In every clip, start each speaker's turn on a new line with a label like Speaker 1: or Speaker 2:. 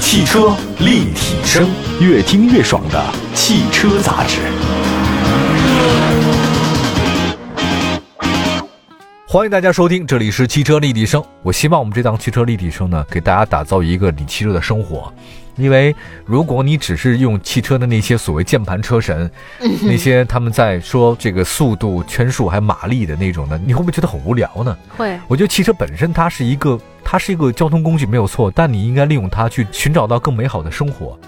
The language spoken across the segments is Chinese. Speaker 1: 汽车立体声，越听越爽的汽车杂志。
Speaker 2: 欢迎大家收听，这里是汽车立体声。我希望我们这档汽车立体声呢，给大家打造一个你汽车的生活。因为如果你只是用汽车的那些所谓键盘车神，那些他们在说这个速度、圈数还有马力的那种呢，你会不会觉得很无聊呢？
Speaker 3: 会，
Speaker 2: 我觉得汽车本身它是一个，它是一个交通工具没有错，但你应该利用它去寻找到更美好的生活，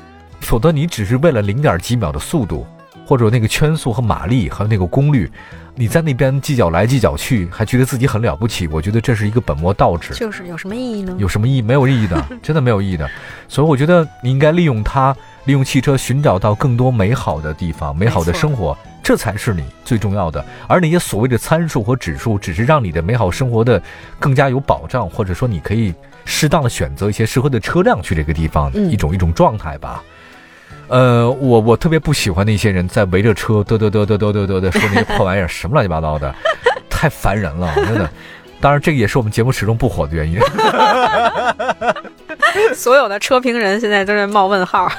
Speaker 2: 否则你只是为了零点几秒的速度，或者那个圈速和马力，还有那个功率，你在那边计较来计较去，还觉得自己很了不起，我觉得这是一个本末倒置，
Speaker 3: 就是有什么意义呢？
Speaker 2: 有什么意义？没有意义 的，真的没有意义的。所以我觉得你应该利用它，利用汽车寻找到更多美好的地方，美好的
Speaker 3: 没错
Speaker 2: 生活，这才是你最重要的。而那些所谓的参数和指数，只是让你的美好生活的更加有保障，或者说你可以适当的选择一些适合的车辆去这个地方，
Speaker 3: 嗯
Speaker 2: 一种一种状态吧。呃，我我特别不喜欢那些人在围着车嘚嘚嘚嘚嘚嘚嘚的说那些破玩意儿，什么乱七八糟的，太烦人了，真的。当然，这个也是我们节目始终不火的原因。
Speaker 3: 所有的车评人现在都是冒问号。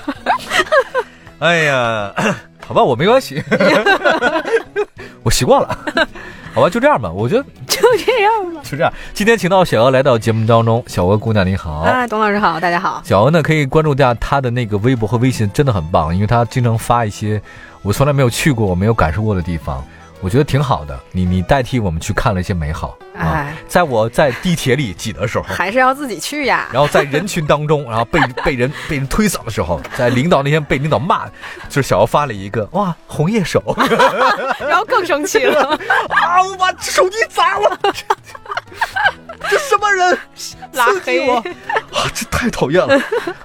Speaker 2: 哎呀， 好吧，我没关系， 我习惯了。好吧，就这样吧，我觉得
Speaker 3: 就这样吧。
Speaker 2: 就这样。今天请到小娥来到节目当中，小娥姑娘你好。
Speaker 3: 啊，董老师好，大家好。
Speaker 2: 小娥呢，可以关注一下她的那个微博和微信，真的很棒，因为她经常发一些我从来没有去过、我没有感受过的地方，我觉得挺好的。你你代替我们去看了一些美好啊，
Speaker 3: 哎，
Speaker 2: 在我在地铁里挤的时候，
Speaker 3: 还是要自己去呀。
Speaker 2: 然后在人群当中，然后被被人被人推搡的时候，在领导那天被领导骂，就是小姚发了一个哇红叶手
Speaker 3: 然后更生气了，
Speaker 2: 啊，我把手机砸了，这这什么人
Speaker 3: 拉
Speaker 2: 刺激
Speaker 3: 黑
Speaker 2: 我啊，这太讨厌了。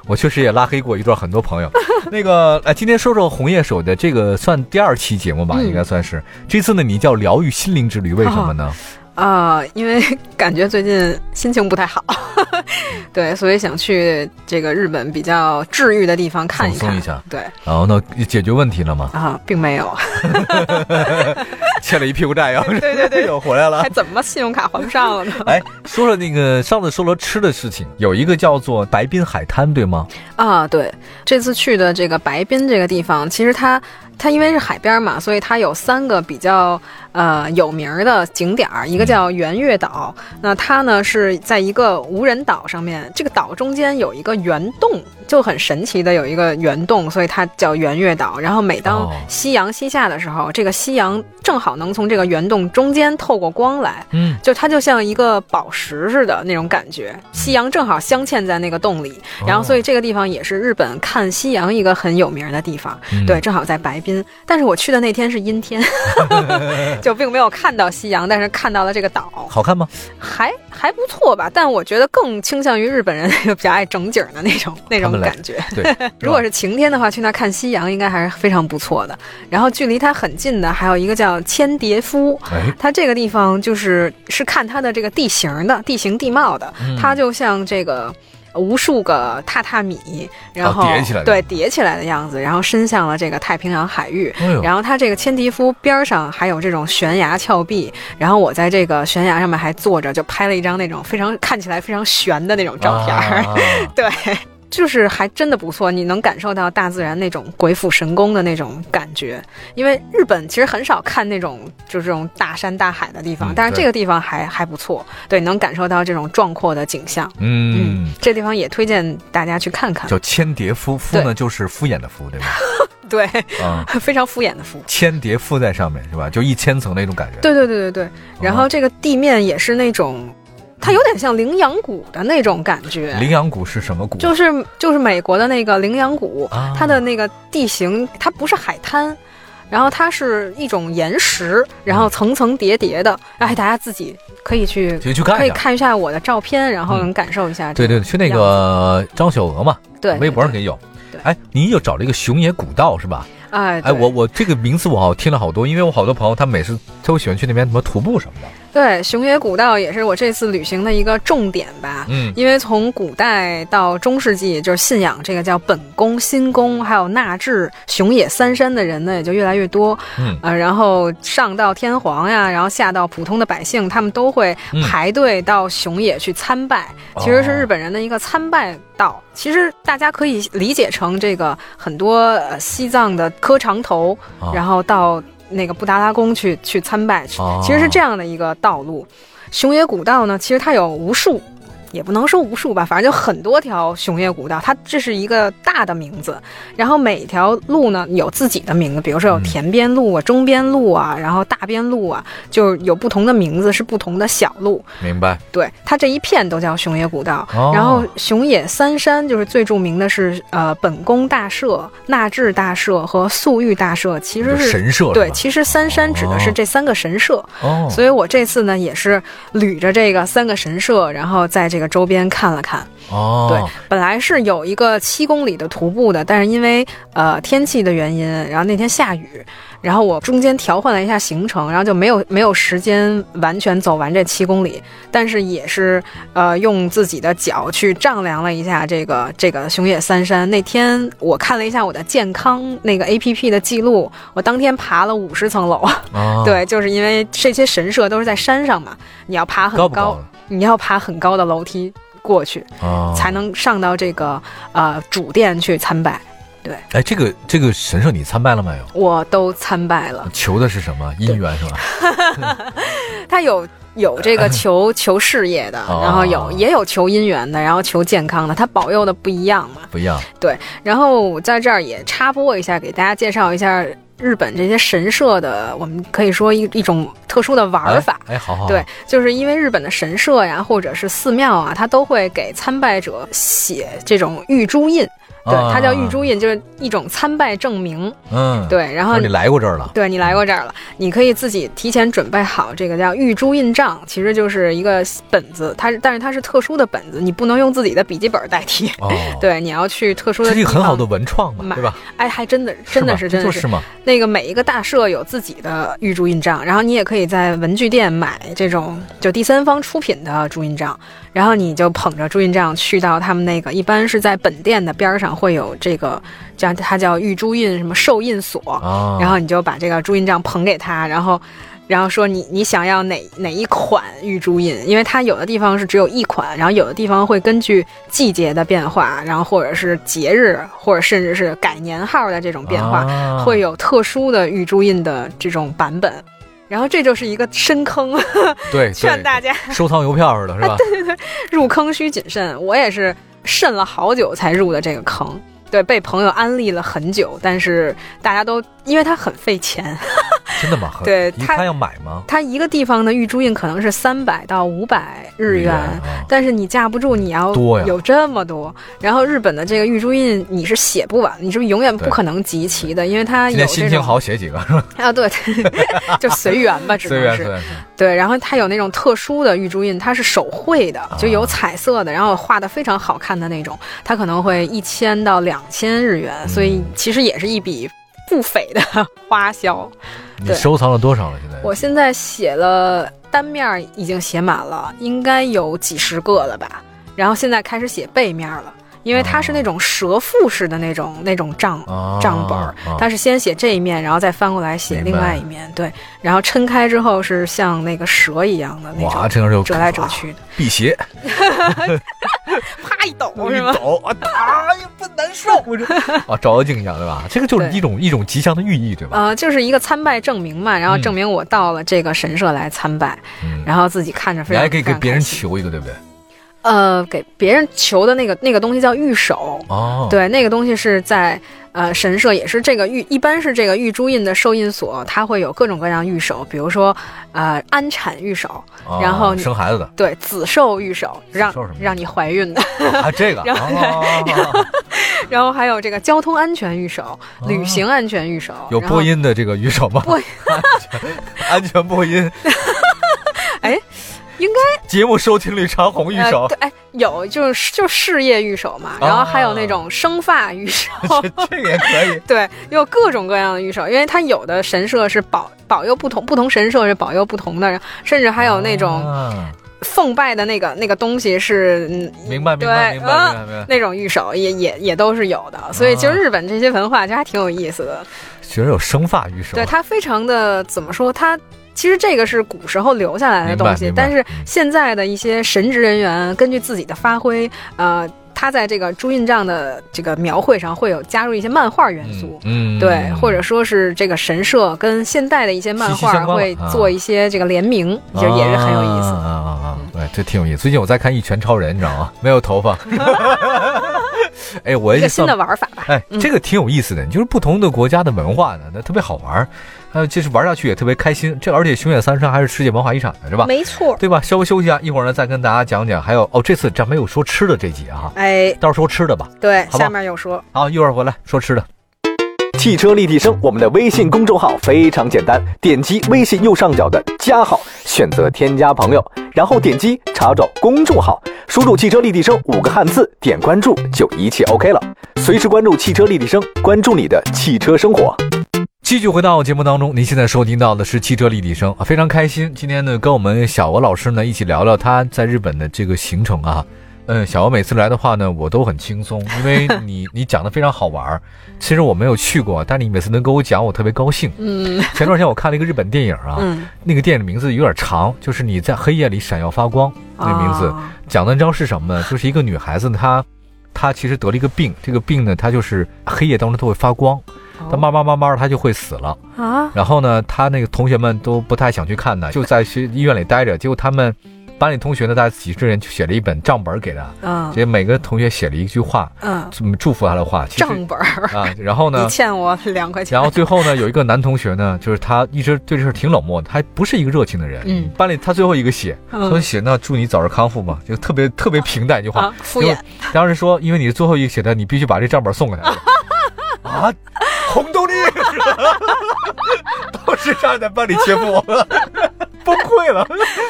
Speaker 2: 我确实也拉黑过一段很多朋友。那个哎，今天说说红叶手的这个算第二期节目吧，
Speaker 3: 嗯
Speaker 2: 应该算是这次呢，你叫疗愈心灵之旅，为什么呢？
Speaker 3: 啊、因为感觉最近心情不太好， 对，所以想去这个日本比较治愈的地方看一
Speaker 2: 放松
Speaker 3: 看。
Speaker 2: 一下
Speaker 3: 对
Speaker 2: 然后呢，解决问题了吗？
Speaker 3: 啊，并没有，
Speaker 2: 欠了一屁股 债呀，
Speaker 3: 对对对
Speaker 2: 又回来了
Speaker 3: 还。怎么信用卡还不上了呢？
Speaker 2: 哎，说了那个上次说了吃的事情，有一个叫做白滨海滩，对吗？
Speaker 3: 啊，对，这次去的这个白滨这个地方，其实它它因为是海边儿嘛，所以它有三个比较呃有名儿的景点儿，一个叫圆月岛，那它呢是在一个无人岛上面，这个岛中间有一个圆洞，就很神奇的有一个圆洞，所以它叫圆月岛。然后每当
Speaker 2: 哦
Speaker 3: 夕阳西下的时候，这个夕阳正好能从这个圆洞中间透过光来，
Speaker 2: 嗯，
Speaker 3: 就它就像一个宝石似的那种感觉，夕阳正好镶嵌在那个洞里，
Speaker 2: 哦
Speaker 3: 然后所以这个地方也是日本看夕阳一个很有名的地方，
Speaker 2: 嗯
Speaker 3: 对，正好在白滨。但是我去的那天是阴 天， 就并没有看到夕阳，但是看到了这个岛，
Speaker 2: 好看吗？
Speaker 3: 还还不错吧。但我觉得更倾向于日本人比较爱整景的那 种那
Speaker 2: 他
Speaker 3: 种
Speaker 2: 们来
Speaker 3: 感觉。
Speaker 2: 对，
Speaker 3: 如果是晴天的话，去那看夕阳应该还是非常不错的。然后距离它很近的还有一个叫千叠夫，
Speaker 2: 哎，
Speaker 3: 它这个地方就是是看它的这个地形的地形地貌的，
Speaker 2: 嗯
Speaker 3: 它就像这个。呃无数个榻榻米，然后、
Speaker 2: 哦叠起来的
Speaker 3: 对叠起来的样子，然后伸向了这个太平洋海域。
Speaker 2: 哎呦，
Speaker 3: 然后它这个千迪夫边上还有这种悬崖峭壁，然后我在这个悬崖上面还坐着，就拍了一张那种非常看起来非常悬的那种照片儿。
Speaker 2: 啊
Speaker 3: 对， 就是还真的不错，你能感受到大自然那种鬼斧神工的那种感觉。因为日本其实很少看那种就是这种大山大海的地
Speaker 2: 嗯
Speaker 3: 方，但是
Speaker 2: 对
Speaker 3: 这个地方还还不错，对，能感受到这种壮阔的景象。
Speaker 2: 嗯，
Speaker 3: 这地方也推荐大家去看看。
Speaker 2: 叫千叠夫，夫呢就是敷衍的敷，对吧？
Speaker 3: 对，
Speaker 2: 啊，
Speaker 3: 非常敷衍的敷。
Speaker 2: 千叠敷在上面是吧？就一千层那种感觉。
Speaker 3: 对对对对对，然
Speaker 2: 哦
Speaker 3: 后这个地面也是那种，它有点像羚羊谷的那种感觉。
Speaker 2: 羚羊谷是什么谷？
Speaker 3: 就是就是美国的那个羚羊谷，
Speaker 2: 啊
Speaker 3: 它的那个地形，它不是海滩。然后它是一种岩石，然后层层叠叠的，哎，大家自己可以去
Speaker 2: 去去看
Speaker 3: 可
Speaker 2: 一
Speaker 3: 以
Speaker 2: 下。
Speaker 3: 看一下我的照片，然后
Speaker 2: 嗯
Speaker 3: 能感受一下这
Speaker 2: 对
Speaker 3: 个、
Speaker 2: 对，去那个张小娥嘛，
Speaker 3: 对
Speaker 2: 微博上也有
Speaker 3: 对。
Speaker 2: 哎，你又找了一个熊野古道是吧？
Speaker 3: 哎
Speaker 2: 哎，
Speaker 3: 对
Speaker 2: 我我这个名字我好像听了好多，因为我好多朋友他每次都喜欢去那边什么徒步什么的。
Speaker 3: 对，熊野古道也是我这次旅行的一个重点吧。
Speaker 2: 嗯
Speaker 3: 因为从古代到中世纪，就是信仰这个叫本宫、新宫，还有纳智、熊野三山的人呢，也就越来越多。
Speaker 2: 嗯
Speaker 3: 呃，然后上到天皇呀，然后下到普通的百姓，他们都会
Speaker 2: 嗯
Speaker 3: 排队到熊野去参拜，
Speaker 2: 哦
Speaker 3: 其实是日本人的一个参拜道。其实大家可以理解成这个很多呃西藏的磕长头，
Speaker 2: 哦
Speaker 3: 然后到那个布达拉宫去去参拜，去
Speaker 2: 哦
Speaker 3: 其实是这样的一个道路。熊野古道呢，其实它有无数。也不能说无数吧，反正就很多条熊野古道，它这是一个大的名字。然后每条路呢有自己的名字，比如说有
Speaker 2: 嗯
Speaker 3: 田边路啊、中边路啊，然后大边路啊，就是有不同的名字，是不同的小路。
Speaker 2: 明白。
Speaker 3: 对，它这一片都叫熊野古道。
Speaker 2: 哦
Speaker 3: 然后熊野三山就是最著名的是呃本宫大社、纳智大社和素玉大社，其实
Speaker 2: 就是
Speaker 3: 是
Speaker 2: 神社是
Speaker 3: 对，
Speaker 2: 吧
Speaker 3: 其实三山指的是
Speaker 2: 哦
Speaker 3: 这三个神社。
Speaker 2: 哦，
Speaker 3: 所以我这次呢也是捋着这个三个神社，然后在这个周边看了看。
Speaker 2: 哦，
Speaker 3: 对，本来是有一个七公里的徒步的，但是因为呃天气的原因，然后那天下雨，然后我中间调换了一下行程，然后就没有没有时间完全走完这七公里，但是也是呃用自己的脚去丈量了一下这个这个熊野三山。那天我看了一下我的健康那个 A P P 的记录，我当天爬了五十层楼，
Speaker 2: 哦，
Speaker 3: 对，就是因为这些神社都是在山上嘛，你要爬很
Speaker 2: 高不高了？
Speaker 3: 你要爬很高的楼梯过去。
Speaker 2: 哦，
Speaker 3: 才能上到这个呃主殿去参拜。
Speaker 2: 哎，这个这个神社你参拜了没有？
Speaker 3: 我都参拜了，
Speaker 2: 求的是什么姻缘是 吧？
Speaker 3: 他有有 这个求求事业的，
Speaker 2: 哦
Speaker 3: 然后有也有求姻缘的，然后求健康的，他保佑的不一样嘛。
Speaker 2: 不一样，
Speaker 3: 然后我在这儿也插播一下，给大家介绍一下日本这些神社的，我们可以说一一种特殊的玩法。
Speaker 2: 哎，哎好好好
Speaker 3: 对，，就是因为日本的神社呀，或者是寺庙啊，它都会给参拜者写这种玉珠印，对，
Speaker 2: 啊
Speaker 3: 它叫玉珠，印，就是一种参拜证明。
Speaker 2: 嗯，，
Speaker 3: 对，然后
Speaker 2: 你来过这儿了，
Speaker 3: 对你来过这儿了，你可以自己提前准备好这个叫玉珠印章，其实就是一个本子，它是但是它是特殊的本子，你不能用自己的笔记本代替。
Speaker 2: 哦，，
Speaker 3: 对，你要去特殊的
Speaker 2: 这是
Speaker 3: 地
Speaker 2: 一个
Speaker 3: 方。
Speaker 2: 很好的，文创嘛，
Speaker 3: 买
Speaker 2: 对吧？
Speaker 3: 哎，还真的 真的是
Speaker 2: 吧这
Speaker 3: 真的
Speaker 2: 就是是嘛，
Speaker 3: 那个每一个大社有自己的玉珠印章，然后你也可以在文具店买这种就第三方出品的朱印章，然后你就捧着朱印章去到他们那个，一般是在本店的边儿上会有这个，叫它叫玉珠印什么授印所，
Speaker 2: 啊，
Speaker 3: 哦然后你就把这个朱印章捧给他，然后，然后说你你想要哪哪一款玉珠印，因为它有的地方是只有一款，然后有的地方会根据季节的变化，然后或者是节日，或者甚至是改年号的这种变化，
Speaker 2: 啊
Speaker 3: 会有特殊的玉珠印的这种版本。然后这就是一个 深坑，
Speaker 2: 对
Speaker 3: 劝大
Speaker 2: 家
Speaker 3: 家啊
Speaker 2: 收藏邮票似的，是吧？
Speaker 3: 入坑需谨慎。我也是慎了好久才入的这个坑，对，被朋友安利了很久，但是大家都因为它很费钱，
Speaker 2: 真的吗？很
Speaker 3: 对
Speaker 2: 呃一
Speaker 3: 它
Speaker 2: 他要买吗？
Speaker 3: 它一个地方的玉珠印可能是三百到五百日元，
Speaker 2: 啊
Speaker 3: 但是你架不住你要
Speaker 2: 多呀
Speaker 3: 有这么多。然后日本的这个玉珠印你是写不完，你是永远不
Speaker 2: 对
Speaker 3: 可能集齐的，因为它
Speaker 2: 今
Speaker 3: 有
Speaker 2: 天心
Speaker 3: 这
Speaker 2: 情
Speaker 3: 种
Speaker 2: 好写几个是吧？
Speaker 3: 啊，对，就随缘 吧，只
Speaker 2: 随缘
Speaker 3: 能
Speaker 2: 随缘，
Speaker 3: 是
Speaker 2: 随缘
Speaker 3: 对。然后它有那种特殊的玉珠印，它是手绘的，
Speaker 2: 啊
Speaker 3: 就有彩色的，然后画的非常好看的那种，它可能会一千到两千日元，所以
Speaker 2: 嗯
Speaker 3: 其实也是一笔不菲的花销。
Speaker 2: 你
Speaker 3: 对
Speaker 2: 收藏了多少了？现在
Speaker 3: 我现在写了单面儿已经写满了，应该有几十个了吧。然后现在开始写背面儿了，因为它是那种蛇腹式的那种那种账
Speaker 2: 啊
Speaker 3: 账本儿，
Speaker 2: 啊
Speaker 3: 它是先写这一面，然后再翻过来写
Speaker 2: 明
Speaker 3: 另
Speaker 2: 白
Speaker 3: 外一面，对。然后撑开之后是像那个蛇一样的那
Speaker 2: 哇，
Speaker 3: 种
Speaker 2: 这样就
Speaker 3: 折来折，去的，
Speaker 2: 啊辟邪
Speaker 3: 啪一抖是
Speaker 2: 一
Speaker 3: 吗？
Speaker 2: 抖啊，哎呀，不难受， 我这啊，照妖镜一样，对吧？这个就是
Speaker 3: 对
Speaker 2: 一种一种吉祥的寓意，对吧？
Speaker 3: 呃，就是一个参拜证明嘛，然后证明我到了这个神社来参拜，
Speaker 2: 嗯，
Speaker 3: 然后自己看着非
Speaker 2: 你
Speaker 3: 常
Speaker 2: 还可以
Speaker 3: 啊非
Speaker 2: 给
Speaker 3: 常
Speaker 2: 别
Speaker 3: 开
Speaker 2: 人
Speaker 3: 心
Speaker 2: 求一个，对不对？
Speaker 3: 呃给别人求的那个那个东西叫玉手，
Speaker 2: 哦，，
Speaker 3: 对，那个东西是在呃神社，也是这个玉，一般是这个玉珠印的授印所，它会有各种各样玉手，比如说呃安产玉手，然后你
Speaker 2: 哦生孩 子的
Speaker 3: 对子寿玉手，让
Speaker 2: 寿什么意思
Speaker 3: 让你怀孕的，
Speaker 2: 啊，这个，啊
Speaker 3: 然后
Speaker 2: 后
Speaker 3: 然后还有这个交通安全玉手、旅
Speaker 2: 哦
Speaker 3: 行安全玉手，
Speaker 2: 有
Speaker 3: 然后
Speaker 2: 播音的这个语手吗？
Speaker 3: 播。
Speaker 2: 安全播音
Speaker 3: 哎，应
Speaker 2: 该节目收听率长 虹语
Speaker 3: 呃
Speaker 2: 手
Speaker 3: 对，，哎有就是就事业玉手嘛，然后还有那
Speaker 2: 哦
Speaker 3: 种生发 玉手。
Speaker 2: 这这个也可以。
Speaker 3: 对，有各种各样的玉手，因为它有的神社是保保佑不同不同神社是保佑不同的人，甚至还有那种
Speaker 2: 啊
Speaker 3: 奉拜的那个那个东西是嗯
Speaker 2: 明白明白
Speaker 3: 对
Speaker 2: 明白
Speaker 3: 嗯
Speaker 2: 明白明白，
Speaker 3: 那种御守也也也都是有的，所以就
Speaker 2: 啊
Speaker 3: 日本这些文化就还挺有意思的。
Speaker 2: 居然有生发于手，啊
Speaker 3: 对，它非常的怎么说？它其实这个是古时候留下来的东西
Speaker 2: 明，白
Speaker 3: 但
Speaker 2: 明
Speaker 3: 是
Speaker 2: 白
Speaker 3: 现在的一些神职人员根据自己的发挥，呃，他在这个朱印章的这个描绘上会有加入一些漫画元素。
Speaker 2: 嗯，嗯
Speaker 3: 对，或者说是这个神社跟现代的一些漫
Speaker 2: 息息相
Speaker 3: 画
Speaker 2: 关了
Speaker 3: 会
Speaker 2: 啊
Speaker 3: 做一些这个联名，就也是很有意思
Speaker 2: 啊啊
Speaker 3: 的。
Speaker 2: 啊啊！对，这挺有意思。最近我在看《一拳超人》，你知道吗？没有头发。哎，我
Speaker 3: 一
Speaker 2: 也
Speaker 3: 个新
Speaker 2: 算
Speaker 3: 的。玩法吧。
Speaker 2: 哎，这个挺有意思的，就是不同的国家的文化呢，那特别好玩儿，还有就是玩下去也特别开心。这而且熊野三山还是世界文化遗产呢，是吧？
Speaker 3: 没错。
Speaker 2: 对吧？稍微休息一下，一会儿呢再跟大家讲讲。还有哦，这次咱没有说吃的这集啊，
Speaker 3: 哎，
Speaker 2: 到时候吃的吧。
Speaker 3: 对，
Speaker 2: 好吧
Speaker 3: 下面又说，
Speaker 2: 好，一会儿回来说吃的。
Speaker 1: 汽车立体声，我们的微信公众号非常简单，点击微信右上角的加号，选择添加朋友，然后点击查找公众号，输入“汽车立体声”五个汉字，点关注就一切 OK 了。随时关注汽车立体声，关注你的汽车生活。
Speaker 2: 继续回到节目当中，您现在收听到的是汽车立体声啊，非常开心。今天呢，跟我们小欧老师呢一起聊聊他在日本的这个行程啊。嗯，小欧每次来的话呢，我都很轻松，因为你你讲的非常好玩儿。其实我没有去过，但你每次能跟我讲，我特别高兴。
Speaker 3: 嗯
Speaker 2: 前段时间我看了一个日本电影啊，
Speaker 3: 嗯，
Speaker 2: 那个电影的名字有点长，就是你在黑夜里闪耀发光那名字。
Speaker 3: 哦
Speaker 2: 讲的你知道是什么呢？就是一个女孩子呢，她她其实得了一个病，这个病呢，她就是黑夜当中她会发光，她慢慢慢慢她就会死了。
Speaker 3: 啊，
Speaker 2: 然后呢，他那个同学们都不太想去看他，就在去医院里待着。结果他们班里同学呢，大概几十人就写了一本账本给他，
Speaker 3: 嗯
Speaker 2: 结果每个同学写了一句话，
Speaker 3: 嗯，
Speaker 2: 这么祝福他的话。其实
Speaker 3: 账本儿，
Speaker 2: 啊，然后
Speaker 3: 你
Speaker 2: 呢，
Speaker 3: 欠我两块钱
Speaker 2: 然。后最后呢，有一个男同学呢，就是他一直对这事儿挺冷漠的，他不是一个热情的人。
Speaker 3: 嗯
Speaker 2: 班里他最后一个写，
Speaker 3: 嗯
Speaker 2: 所以写那祝你早日康复嘛，就特别特别平淡一句话
Speaker 3: 啊。，敷衍。
Speaker 2: 当时说，因为你是最后一个写的，你必须把这账本送给 他。啊，红豆粒， 当时差点在班里切腹， 崩溃了，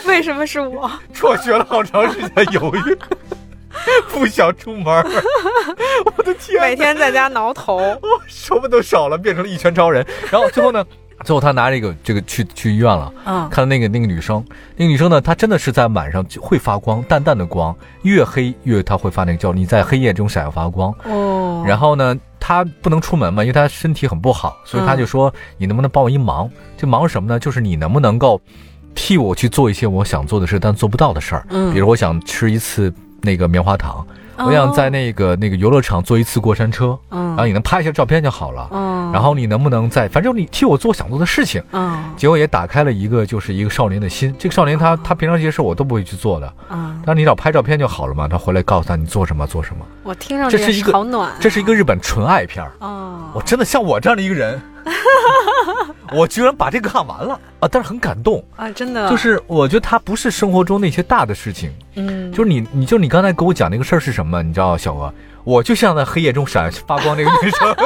Speaker 3: 为什么是我？
Speaker 2: 辍学了好长时间，犹豫， 不想出门 儿。我的天哪，
Speaker 3: 每天在家挠 头。
Speaker 2: 什么都少了，变成了一拳超 人。然后最后呢，最后他拿这个这个去去医院了。
Speaker 3: 嗯
Speaker 2: 看到那个那个女生，那个女生呢，她真的是在晚上就会发光，淡淡的光，越黑越她会发那个叫你在黑夜中闪耀发光。
Speaker 3: 哦
Speaker 2: 然后呢，他不能出门嘛，因为他身体很不好，所以他就说：“你能不能帮我一忙？就忙什么呢？就是你能不能够替我去做一些我想做的事，但做不到的事儿。
Speaker 3: 嗯
Speaker 2: 比如我想吃一次那个棉花糖，我想在那个那个游乐场坐一次过山车，
Speaker 3: 哦嗯
Speaker 2: 然后你能拍一下照片就好了。
Speaker 3: 嗯，
Speaker 2: 然后你能不能在，反正你替我做想做的事情。”
Speaker 3: 嗯
Speaker 2: 结果也打开了一个，就是一个少年的心。这个少年他他平常这些事儿我都不会去做的，
Speaker 3: 嗯，
Speaker 2: 但是你只要拍照片就好了嘛。他回来告诉他你做什么做什么，
Speaker 3: 我听上
Speaker 2: 这是一个
Speaker 3: 好暖。啊
Speaker 2: 这是一个日本纯爱片儿。
Speaker 3: 哦
Speaker 2: 我真的像我这样的一个人， 我居然把这个看完了啊！但是很感动，
Speaker 3: 啊，真的
Speaker 2: 就是我觉得它不是生活中那些大的事情，
Speaker 3: 嗯，
Speaker 2: 就是你，你就是你刚才给我讲那个事儿是什么？你知道，小娥，我就像在黑夜中闪发光那个女生，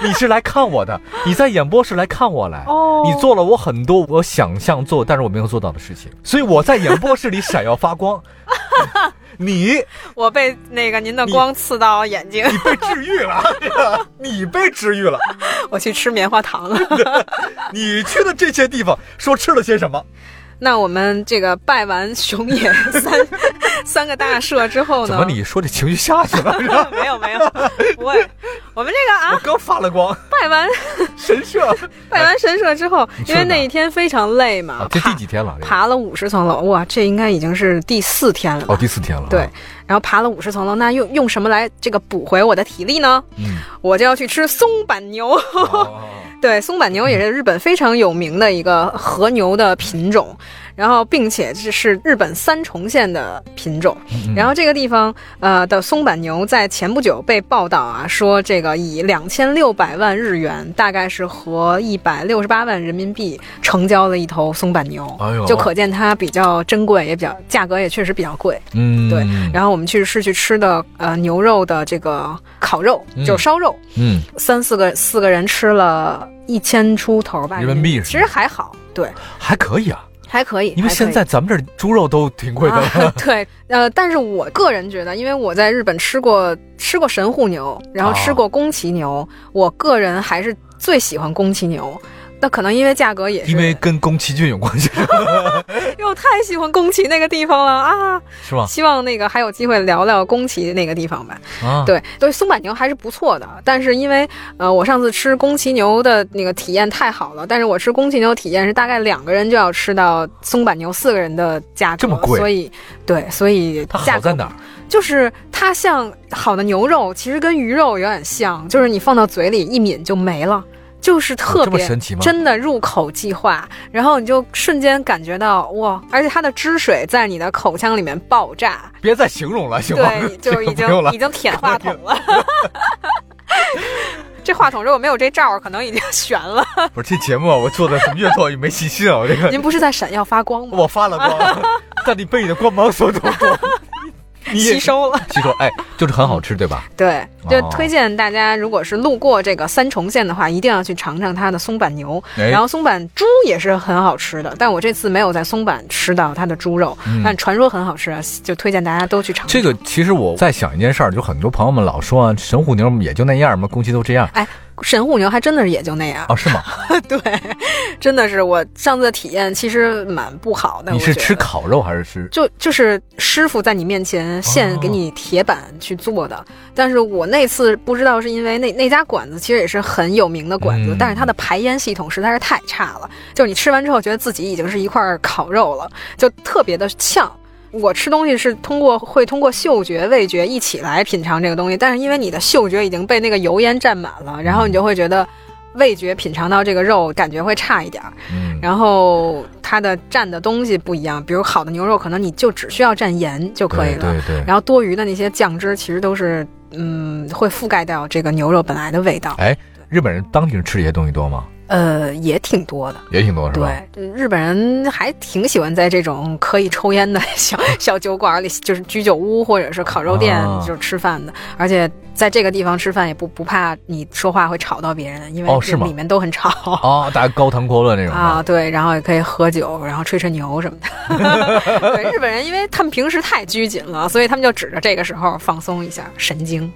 Speaker 2: 你是来看我的，你在演播室来看我来。
Speaker 3: 哦，
Speaker 2: 你做了我很多我想象做，但是我没有做到的事情，所以我在演播室里闪耀发光。 你
Speaker 3: 我被那个您的光刺到眼睛，
Speaker 2: 你被治愈了，哎你被治愈了。
Speaker 3: 我去吃棉花糖了。
Speaker 2: 你去的这些地方，说吃了些什么？
Speaker 3: 那我们这个拜完熊野 三三个大社之后
Speaker 2: 怎
Speaker 3: 呢？
Speaker 2: 么你说这情绪下去了？
Speaker 3: 没有没有，不会，我们这个
Speaker 2: 我
Speaker 3: 啊，
Speaker 2: 刚发了光，
Speaker 3: 拜完
Speaker 2: 神社。
Speaker 3: 拜完神社之后，
Speaker 2: 你去
Speaker 3: 因为
Speaker 2: 哪儿
Speaker 3: 那一天非常累嘛，
Speaker 2: 啊，这
Speaker 3: 爬
Speaker 2: 第几天了？这个
Speaker 3: 爬了五十层楼，哇，这应该已经是第四天了吧。
Speaker 2: 哦，第四天了。
Speaker 3: 对，然后爬了五十层楼，那用用什么来这个补回我的体力呢？
Speaker 2: 嗯，
Speaker 3: 我就要去吃松板牛。
Speaker 2: 哦
Speaker 3: 对，松板牛也是日本非常有名的一个和牛的品种，然后并且这是日本三重县的品种。
Speaker 2: 嗯
Speaker 3: 然后这个地方呃的松板牛在前不久被报道啊，说这个以两千六百万日元，大概是合一百六十八万人民币成交了一头松板牛，
Speaker 2: 哎呦
Speaker 3: 就可见它比较珍贵，也比较价格也确实比较贵。
Speaker 2: 嗯，
Speaker 3: 对，然后我们去是去吃的呃牛肉的这个烤肉，
Speaker 2: 嗯
Speaker 3: 就烧肉，
Speaker 2: 嗯，
Speaker 3: 三四个四个人吃了一千出头吧，
Speaker 2: 人民币
Speaker 3: 其实还好，对，
Speaker 2: 还可以啊，
Speaker 3: 还可以，
Speaker 2: 因为
Speaker 3: 还可以
Speaker 2: 现在咱们这儿猪肉都挺贵的了。
Speaker 3: 啊。 对，呃，但是我个人觉得，因为我在日本吃过吃过神户牛，然后吃过宫崎牛，我个人还是最喜欢宫崎牛。那可能因为价格也是，
Speaker 2: 因 为跟宫崎骏有关系
Speaker 3: 我太喜欢宫崎那个地方了啊！
Speaker 2: 是吧？
Speaker 3: 希望那个还有机会聊聊宫崎那个地方吧。
Speaker 2: 啊，
Speaker 3: 对对，松板牛还是不错的，但是因为呃，我上次吃宫崎牛的那个体验太好了，但是我吃宫崎牛体验是大概两个人就要吃到松板牛四个人的价格，
Speaker 2: 这么贵
Speaker 3: 所以对，所以
Speaker 2: 它
Speaker 3: 价
Speaker 2: 好
Speaker 3: 格
Speaker 2: 在哪儿？
Speaker 3: 就是它像好的牛肉，其实跟鱼肉有点像，就是你放到嘴里一抿就没了，就是特
Speaker 2: 哦这么
Speaker 3: 别、
Speaker 2: 神奇吗？
Speaker 3: 真的入口即化，然后你就瞬间感觉到哇，而且它的汁水在你的口腔里面爆炸，
Speaker 2: 别再形容了，行吗？
Speaker 3: 对，就是已
Speaker 2: 这个不用
Speaker 3: 经
Speaker 2: 了
Speaker 3: 已经舔话筒 了。这话筒如果没有这罩儿，可能已经悬 了。
Speaker 2: 不是这节目啊，我做的什么越做越没信心啊！我这 个
Speaker 3: 您不是在闪耀发光吗？
Speaker 2: 我发了光， 但你被你的光芒所躲过，你也
Speaker 3: 吸收了。
Speaker 2: 吸收，哎，就是很好吃， 对吧？
Speaker 3: 对，就
Speaker 2: 哦
Speaker 3: 推荐大家，如果是路过这个三重县的话，一定要去尝尝它的松板牛，
Speaker 2: 哎
Speaker 3: 嗯然后松板猪也是很好吃的。但我这次没有在松板吃到它的猪肉，
Speaker 2: 嗯
Speaker 3: 但传说很好吃，啊，就推荐大家都去尝
Speaker 2: 这
Speaker 3: 尝。
Speaker 2: 个其实我在想一件事儿，就很多朋友们老说啊，神户牛也就那样嘛，宫崎都这样
Speaker 3: 神户牛还真的是也就那样，
Speaker 2: 哦，是吗？
Speaker 3: 对，真的是我上次的体验其实蛮不好的。
Speaker 2: 你是
Speaker 3: 我觉得
Speaker 2: 吃烤肉还是吃？
Speaker 3: 就就是师傅在你面前现给你铁板去做的，但是我那次不知道是因为那那家馆子其实也是很有名的馆子，
Speaker 2: 嗯
Speaker 3: 但是它的排烟系统实在是太差了，就是你吃完之后觉得自己已经是一块烤肉了，就特别的呛。我吃东西是通过会通过嗅觉、味觉一起来品尝这个东西，但是因为你的嗅觉已经被那个油烟占满了，然后你就会觉得味觉品尝到这个肉感觉会差一点儿。
Speaker 2: 嗯，
Speaker 3: 然后它的蘸的东西不一样，比如好的牛肉可能你就只需要蘸盐就可以了，
Speaker 2: 对对对。
Speaker 3: 然后多余的那些酱汁其实都是嗯会覆盖掉这个牛肉本来的味道，
Speaker 2: 哎，日本人当地人吃这些东西多吗？
Speaker 3: 呃也挺多的。
Speaker 2: 也挺多是吧？
Speaker 3: 对，日本人还挺喜欢在这种可以抽烟的小小酒馆里，就是居酒屋或者是烤肉店
Speaker 2: 啊
Speaker 3: 就是吃饭的，而且在这个地方吃饭也不不怕你说话会吵到别人，因为
Speaker 2: 哦是吗
Speaker 3: 里面都很吵。
Speaker 2: 啊，大家高谈阔论那种
Speaker 3: 啊，
Speaker 2: 啊。
Speaker 3: 对，然后也可以喝酒，然后吹吹牛什么 的。对，日本人因为他们平时太拘谨了，所以他们就指着这个时候放松一下神经。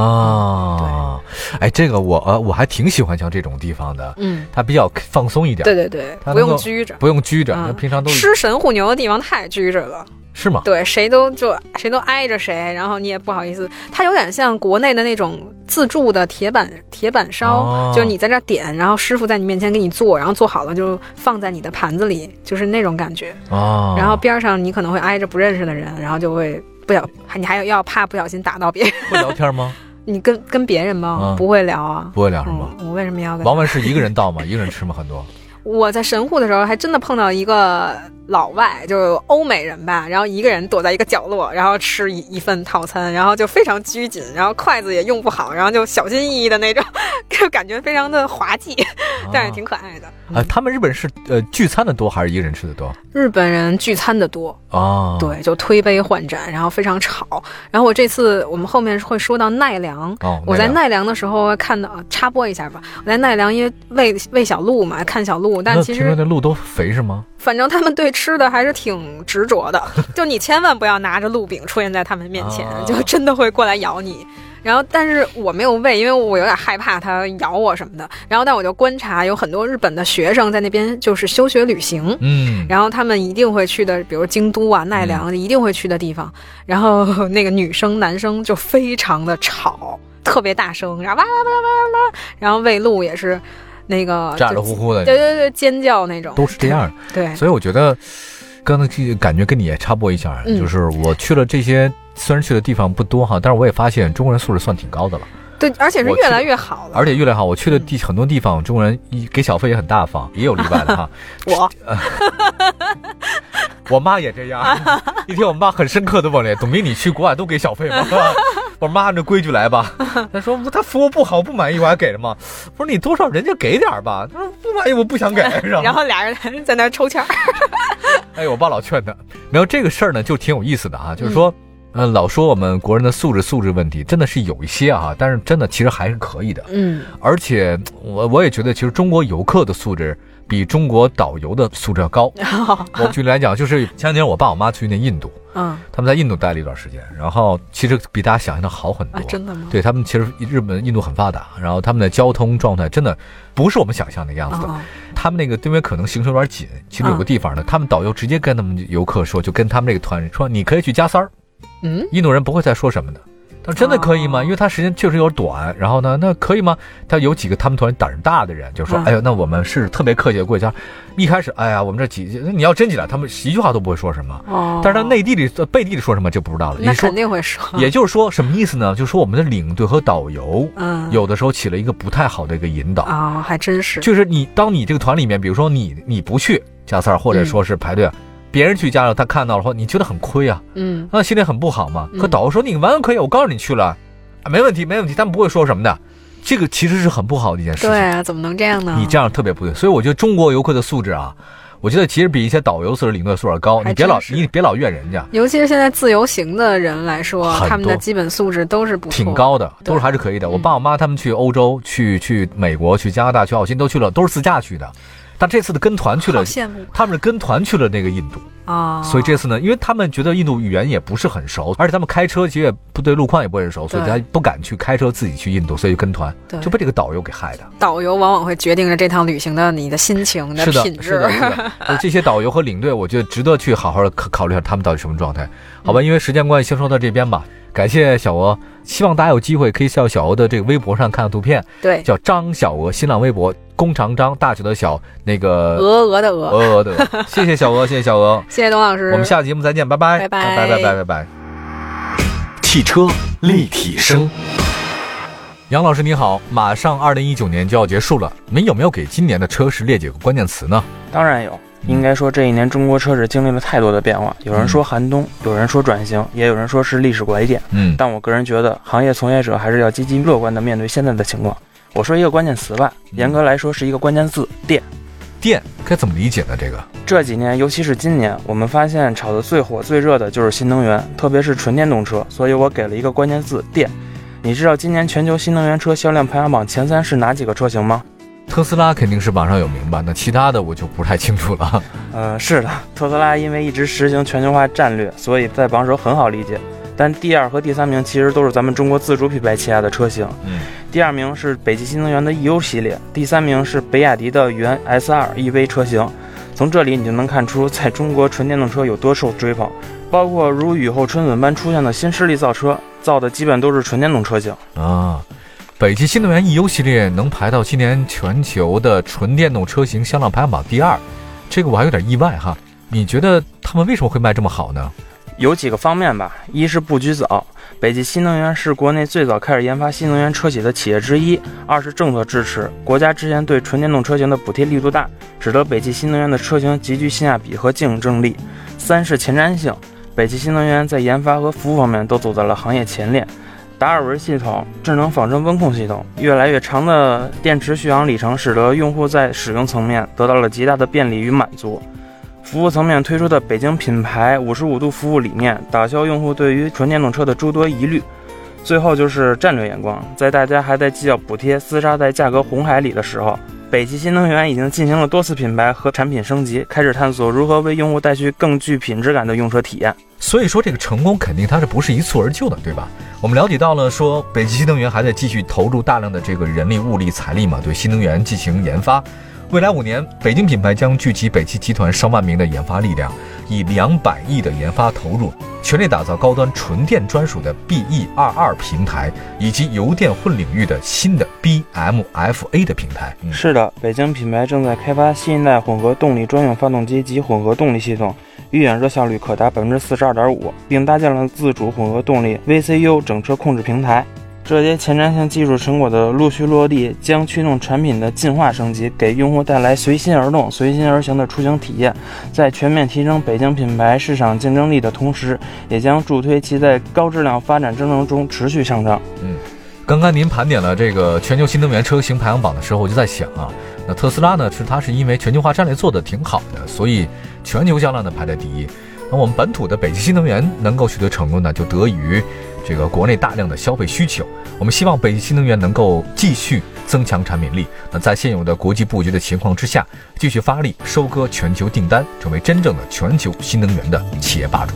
Speaker 2: 啊，哎，这个我呃我还挺喜欢像这种地方的，
Speaker 3: 嗯，
Speaker 2: 它比较放松一点，
Speaker 3: 对对对，
Speaker 2: 他
Speaker 3: 不
Speaker 2: 能
Speaker 3: 用
Speaker 2: 够
Speaker 3: 拘着。
Speaker 2: 不用拘着，
Speaker 3: 嗯
Speaker 2: 那平常都
Speaker 3: 吃神户牛的地方太拘着了，
Speaker 2: 是吗？
Speaker 3: 对，谁都就谁都挨着谁，然后你也不好意思。它有点像国内的那种自助的铁板铁板烧，
Speaker 2: 哦
Speaker 3: 就是你在这儿点，然后师傅在你面前给你做，然后做好了就放在你的盘子里，就是那种感觉。
Speaker 2: 啊，
Speaker 3: 然后边儿上你可能会挨着不认识的人，然后就会不小，还你还要要怕不小心打到别人。
Speaker 2: 会聊天吗？
Speaker 3: 你跟 跟别人吗？
Speaker 2: 嗯
Speaker 3: 不会聊啊。
Speaker 2: 不会聊是吗？
Speaker 3: 嗯，我为什么要跟？
Speaker 2: 王文是一个人到吗？一个人吃吗？很多
Speaker 3: 我在神户的时候还真的碰到一个老外，就是欧美人吧，然后一个人躲在一个角落，然后吃一一份套餐，然后就非常拘谨，然后筷子也用不好，然后就小心翼翼的那种， 就感觉非常的滑稽， 但是挺可爱的。
Speaker 2: 啊，他们日本是呃聚餐的多还是一个人吃的多
Speaker 3: 日本人聚餐的多，
Speaker 2: 啊？
Speaker 3: 对，就推杯换盏，然后非常吵。然后我这次我们后面会说到奈良。
Speaker 2: 哦，
Speaker 3: 我在
Speaker 2: 个
Speaker 3: 奈良的时候看到，啊插播一下吧。我在奈良因为喂喂小鹿嘛，看小鹿，但
Speaker 2: 那
Speaker 3: 其
Speaker 2: 听说
Speaker 3: 实
Speaker 2: 那鹿都肥是吗？
Speaker 3: 反正他们对吃的还是挺执 着的。就你千万不要拿着鹿饼出现在他们面前
Speaker 2: 啊，
Speaker 3: 就真的会过来咬你。然后，但是我没有喂，因为我有点害怕它咬我什么的。然后，但我就观察有很多日本的学生在那边就是休学旅行，
Speaker 2: 嗯，
Speaker 3: 然后他们一定会去的，比如京都啊、奈良，一定会去的地方。然后那个女生、男生就非常的吵，特别大声，然后哇哇哇哇哇哇，然后喂鹿也是那个
Speaker 2: 咋咋呼，呼的
Speaker 3: 就对对对，尖叫那种，
Speaker 2: 都是这样的，
Speaker 3: 对。
Speaker 2: 所以我觉得刚才这感觉跟你也插播一下，
Speaker 3: 嗯
Speaker 2: 就是我去了这些。虽然去的地方不多哈，但是我也发现中国人素质算挺高的了，
Speaker 3: 对，而且是
Speaker 2: 我
Speaker 3: 越
Speaker 2: 去
Speaker 3: 来越好了。
Speaker 2: 而且越来越好。我去的地很多地方，中国人一给小费也很大方，也有例外的哈。
Speaker 3: 我
Speaker 2: 我妈也这样，一天我妈很深刻的问了，董明你去国外都给小费吗？我说妈按照规矩来吧。她说她服务不好，不满意我还给了吗？我说你多少人家给点儿吧。她说不满意我不想给。
Speaker 3: 然后俩人在那儿抽签儿，
Speaker 2: 哎，我爸老劝她，没有这个事儿呢，就挺有意思的啊，就是说。嗯，老说我们国人的素质素质问题，真的是有一些啊，但是真的其实还是可以的。
Speaker 3: 嗯，
Speaker 2: 而且我我也觉得，其实中国游客的素质
Speaker 3: 哦
Speaker 2: 比中国导游的素质要高。我举例来讲，就是前两天我爸我妈去那印度，
Speaker 3: 嗯
Speaker 2: 他们在印度待了一段时间，然后其实比大家想象的好很多。
Speaker 3: 啊，真的吗？
Speaker 2: 对他们其实日本、印度很发达，然后他们的交通状态真的不是我们想象的样子的。
Speaker 3: 哦
Speaker 2: 他们那个因为可能行程有点紧，其中有个地方呢，他们导游直接跟他们游客说，就跟他们这个团人说，你可以去加塞儿，
Speaker 3: 嗯，
Speaker 2: 印度人不会再说什么的。他说真的可以吗？
Speaker 3: 哦
Speaker 2: 因为他时间确实有点短。然后呢，那可以吗？他有几个他们团胆儿大的人就说：“
Speaker 3: 嗯
Speaker 2: 哎呦，那我们是特别客气的过去。”一开始，哎呀，我们这几你要真起来，他们一句话都不会说什么。
Speaker 3: 哦，
Speaker 2: 但是他内地里、呃背地里说什么就不知道了。
Speaker 3: 那
Speaker 2: 你说
Speaker 3: 肯，定会说，
Speaker 2: 也就是说什么意思呢？就是说我们的领队和导游
Speaker 3: 嗯
Speaker 2: 有的时候起了一个不太好的一个引导。
Speaker 3: 啊，还真是，
Speaker 2: 就是你当你这个团里面，比如说你你不去加
Speaker 3: 嗯
Speaker 2: 塞儿，或者说是排队，别人去加了，他看到了后，你觉得很亏啊，
Speaker 3: 嗯
Speaker 2: 那心里很不好嘛。
Speaker 3: 嗯
Speaker 2: 可导游说你完全可以，我告诉你去了，啊，没问题，没问题，他们不会说什么的。这个其实是很不好的一件事
Speaker 3: 对
Speaker 2: 情，
Speaker 3: 啊，怎么能这样呢？
Speaker 2: 你这样特别不对。所以我觉得中国游客的素质啊，我觉得其实比一些导游素质、领队素质高。
Speaker 3: 还
Speaker 2: 你别老
Speaker 3: 真是
Speaker 2: 你别老怨人家，
Speaker 3: 尤其是现在自由行的人来说，
Speaker 2: 很多
Speaker 3: 他们的基本素质都是不错
Speaker 2: 挺，高的，
Speaker 3: 对
Speaker 2: 都是还是可以的。我
Speaker 3: 嗯
Speaker 2: 爸我妈他们去欧洲、去去美国、去加拿大、去澳新都去了，都是自驾去的。但这次的跟团去
Speaker 3: 好
Speaker 2: 了，
Speaker 3: 羡慕
Speaker 2: 他们是跟团去了那个印度。
Speaker 3: 啊！
Speaker 2: 所以这次呢，因为他们觉得印度语言也不是很熟，而且他们开车其实也不对路况也不很熟，所以
Speaker 3: 对
Speaker 2: 他不敢去开车自己去印度，所以就跟团
Speaker 3: 对
Speaker 2: 就被这个导游给害的。
Speaker 3: 导游往往会决定着这趟旅行的你的心情、你
Speaker 2: 是的，
Speaker 3: 品
Speaker 2: 是
Speaker 3: 质
Speaker 2: 的，。是的。 呃这些导游和领队，我觉得值得去好好的考考虑一下他们到底什么状
Speaker 3: 嗯
Speaker 2: 态，好吧？因为时间关系，先说到这边吧。感谢小鹅，希望大家有机会可以到小鹅的这个微博上看看图片，
Speaker 3: 对，
Speaker 2: 叫张小鹅，新浪微博弓长张大小的小那个
Speaker 3: 鹅鹅的鹅。
Speaker 2: 呃鹅鹅的鹅。谢谢小鹅，谢谢小鹅，
Speaker 3: 谢谢董老师，
Speaker 2: 我们下期节目再见，拜拜，
Speaker 3: 拜拜
Speaker 2: 拜拜，拜拜，拜。
Speaker 1: 汽车立体声。
Speaker 2: 杨老师你好，马上二零一九年就要结束了，您有没有给今年的车市列几个关键词呢？
Speaker 4: 当然有，应该说这一年中国车市经历了太多的变化。有人说寒冬，有人说转型，也有人说是历史拐点。
Speaker 2: 嗯，
Speaker 4: 但我个人觉得，行业从业者还是要积极乐观地面对现在的情况。我说一个关键词吧，
Speaker 2: 嗯
Speaker 4: 严格来说是一个关键字“电
Speaker 2: 电该怎么理解呢？这个，”。
Speaker 4: 这几年，尤其是今年，我们发现炒得最火最热的就是新能源，特别是纯电动车。所以我给了一个关键字“电”。你知道今年全球新能源车销量排行榜前三是哪几个车型吗？
Speaker 2: 特斯拉肯定是榜上有名吧？那其他的我就不太清楚了。
Speaker 4: 呃，是的，特斯拉因为一直实行全球化战略，所以在榜首很好理解。但第二和第三名其实都是咱们中国自主品牌旗下的车型。
Speaker 2: 嗯，
Speaker 4: 第二名是北汽新能源的 E U 系列，第三名是比亚迪的元 S 2 EV 车型。从这里你就能看出，在中国纯电动车有多受追捧，包括如雨后春笋般出现的新势力造车，造的基本都是纯电动车型。
Speaker 2: 啊，北汽新能源 E U 系列能排到今年全球的纯电动车型销量排行榜第二，这个我还有点意外哈。你觉得他们为什么会卖这么好呢？
Speaker 4: 有几个方面吧，一是布局早，北汽新能源是国内最早开始研发新能源车企的企业之一；二是政策支持，国家之前对纯电动车型的补贴力度大，使得北汽新能源的车型极具性价比和竞争力；三是前瞻性，北汽新能源在研发和服务方面都走在了行业前列。达尔文系统、智能仿生温控系统，越来越长的电池续航里程，使得用户在使用层面得到了极大的便利与满足。服务层面推出的北京品牌五十五度服务理念，打消用户对于纯电动车的诸多疑虑。最后就是战略眼光，在大家还在计较补贴、厮杀在价格红海里的时候，北汽新能源已经进行了多次品牌和产品升级，开始探索如何为用户带去更具品质感的用车体验。
Speaker 2: 所以说这个成功肯定它是不是一蹴而就的，对吧？我们了解到了说北汽新能源还在继续投入大量的这个人力、物力、财力嘛，对新能源进行研发。未来五年，北京品牌将聚集北汽集团上万名的研发力量，以两百亿的研发投入，全力打造高端纯电专属的 BE 二二平台，以及油电混领域的新的 BMFA 的平台。嗯
Speaker 4: 是的，北京品牌正在开发新一代混合动力专用发动机及混合动力系统，预演热效率可达百分之四十二点五，并搭建了自主混合动力 VCU 整车控制平台。这些前瞻性技术成果的陆续落地，将驱动产品的进化升级，给用户带来随心而动、随心而行的出行体验。在全面提升北京品牌市场竞争力的同时，也将助推其在高质量发展征程中持续上涨。
Speaker 2: 刚刚您盘点了这个全球新能源车型排行榜的时候，我就在想啊，那特斯拉呢，是它是因为全球化战略做得挺好的，所以全球销量呢排在第一。那我们本土的北汽新能源能够取得成功呢，就得益于这个国内大量的消费需求。我们希望北汽新能源能够继续增强产品力，那在现有的国际布局的情况之下，继续发力收割全球订单，成为真正的全球新能源的企业霸主。